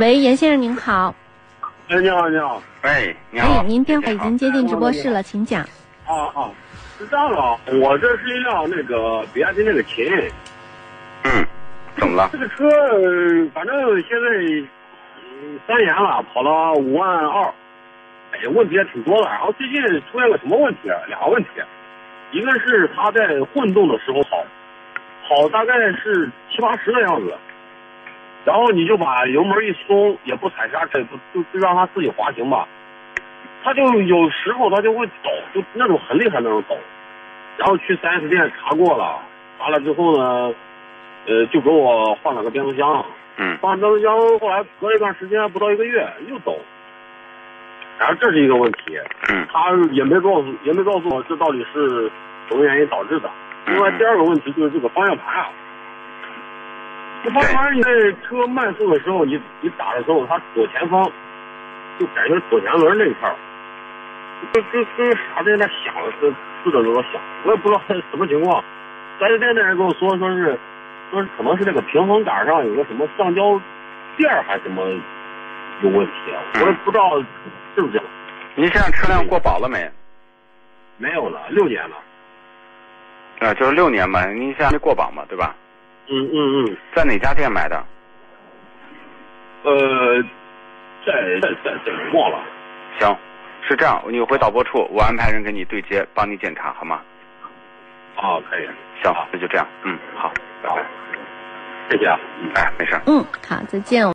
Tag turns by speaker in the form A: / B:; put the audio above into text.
A: 喂，严先生您好。
B: 哎，你好，你好，
C: 哎，你好，
A: 哎，您电话已经接进直播室
B: 你
A: 了，请讲。
B: 啊啊，是这样的啊，我这是一辆那个比亚迪那个秦，
C: 嗯，怎么了
B: 这？个车呃反正现在嗯三年了，跑了五万二，哎呀，问题也挺多的。然后最近出现了什么问题啊？俩问题，一个是它在混动的时候跑，跑大概是七八十的样子，然后你就把油门一松，也不踩刹车，也不就就让它自己滑行吧，它就有时候它就会抖，就那种很厉害那种抖。然后去 4S 店查过了，查了之后呢，呃，就给我换了个变速箱。
C: 嗯
B: 换变速箱后来隔了一段时间，不到一个月又抖。然后这是一个问题，
C: 嗯
B: 他也没告诉也没告诉我这到底是什么原因导致的。
C: 嗯
B: 另外第二个问题就是这个方向盘啊，这方向盘你在车慢速的时候，你你打的时候，它左前方就感觉左前轮那一块儿，就就跟啥在那响，是似的那种响，我也不知道是什么情况。但是店那人跟我说，说是说是可能是那个平衡杆上有个什么橡胶垫儿还是什么有问题啊，我也不知道是不是这样。
C: 您这辆车辆过保了没？
B: 没有了，六年了。
C: 啊，就是六年嘛，您现在没过保嘛，对吧？
B: 嗯嗯嗯，
C: 在哪家店买的？
B: 呃，在在在在忘了。
C: 行，是这样，你回导播处，我安排人给你对接，帮你检查，好吗？
B: 啊，可以，
C: 行，那就这样，嗯，好，拜拜。
B: 谢谢啊。
C: 哎，没事儿。
A: 嗯，好，再见。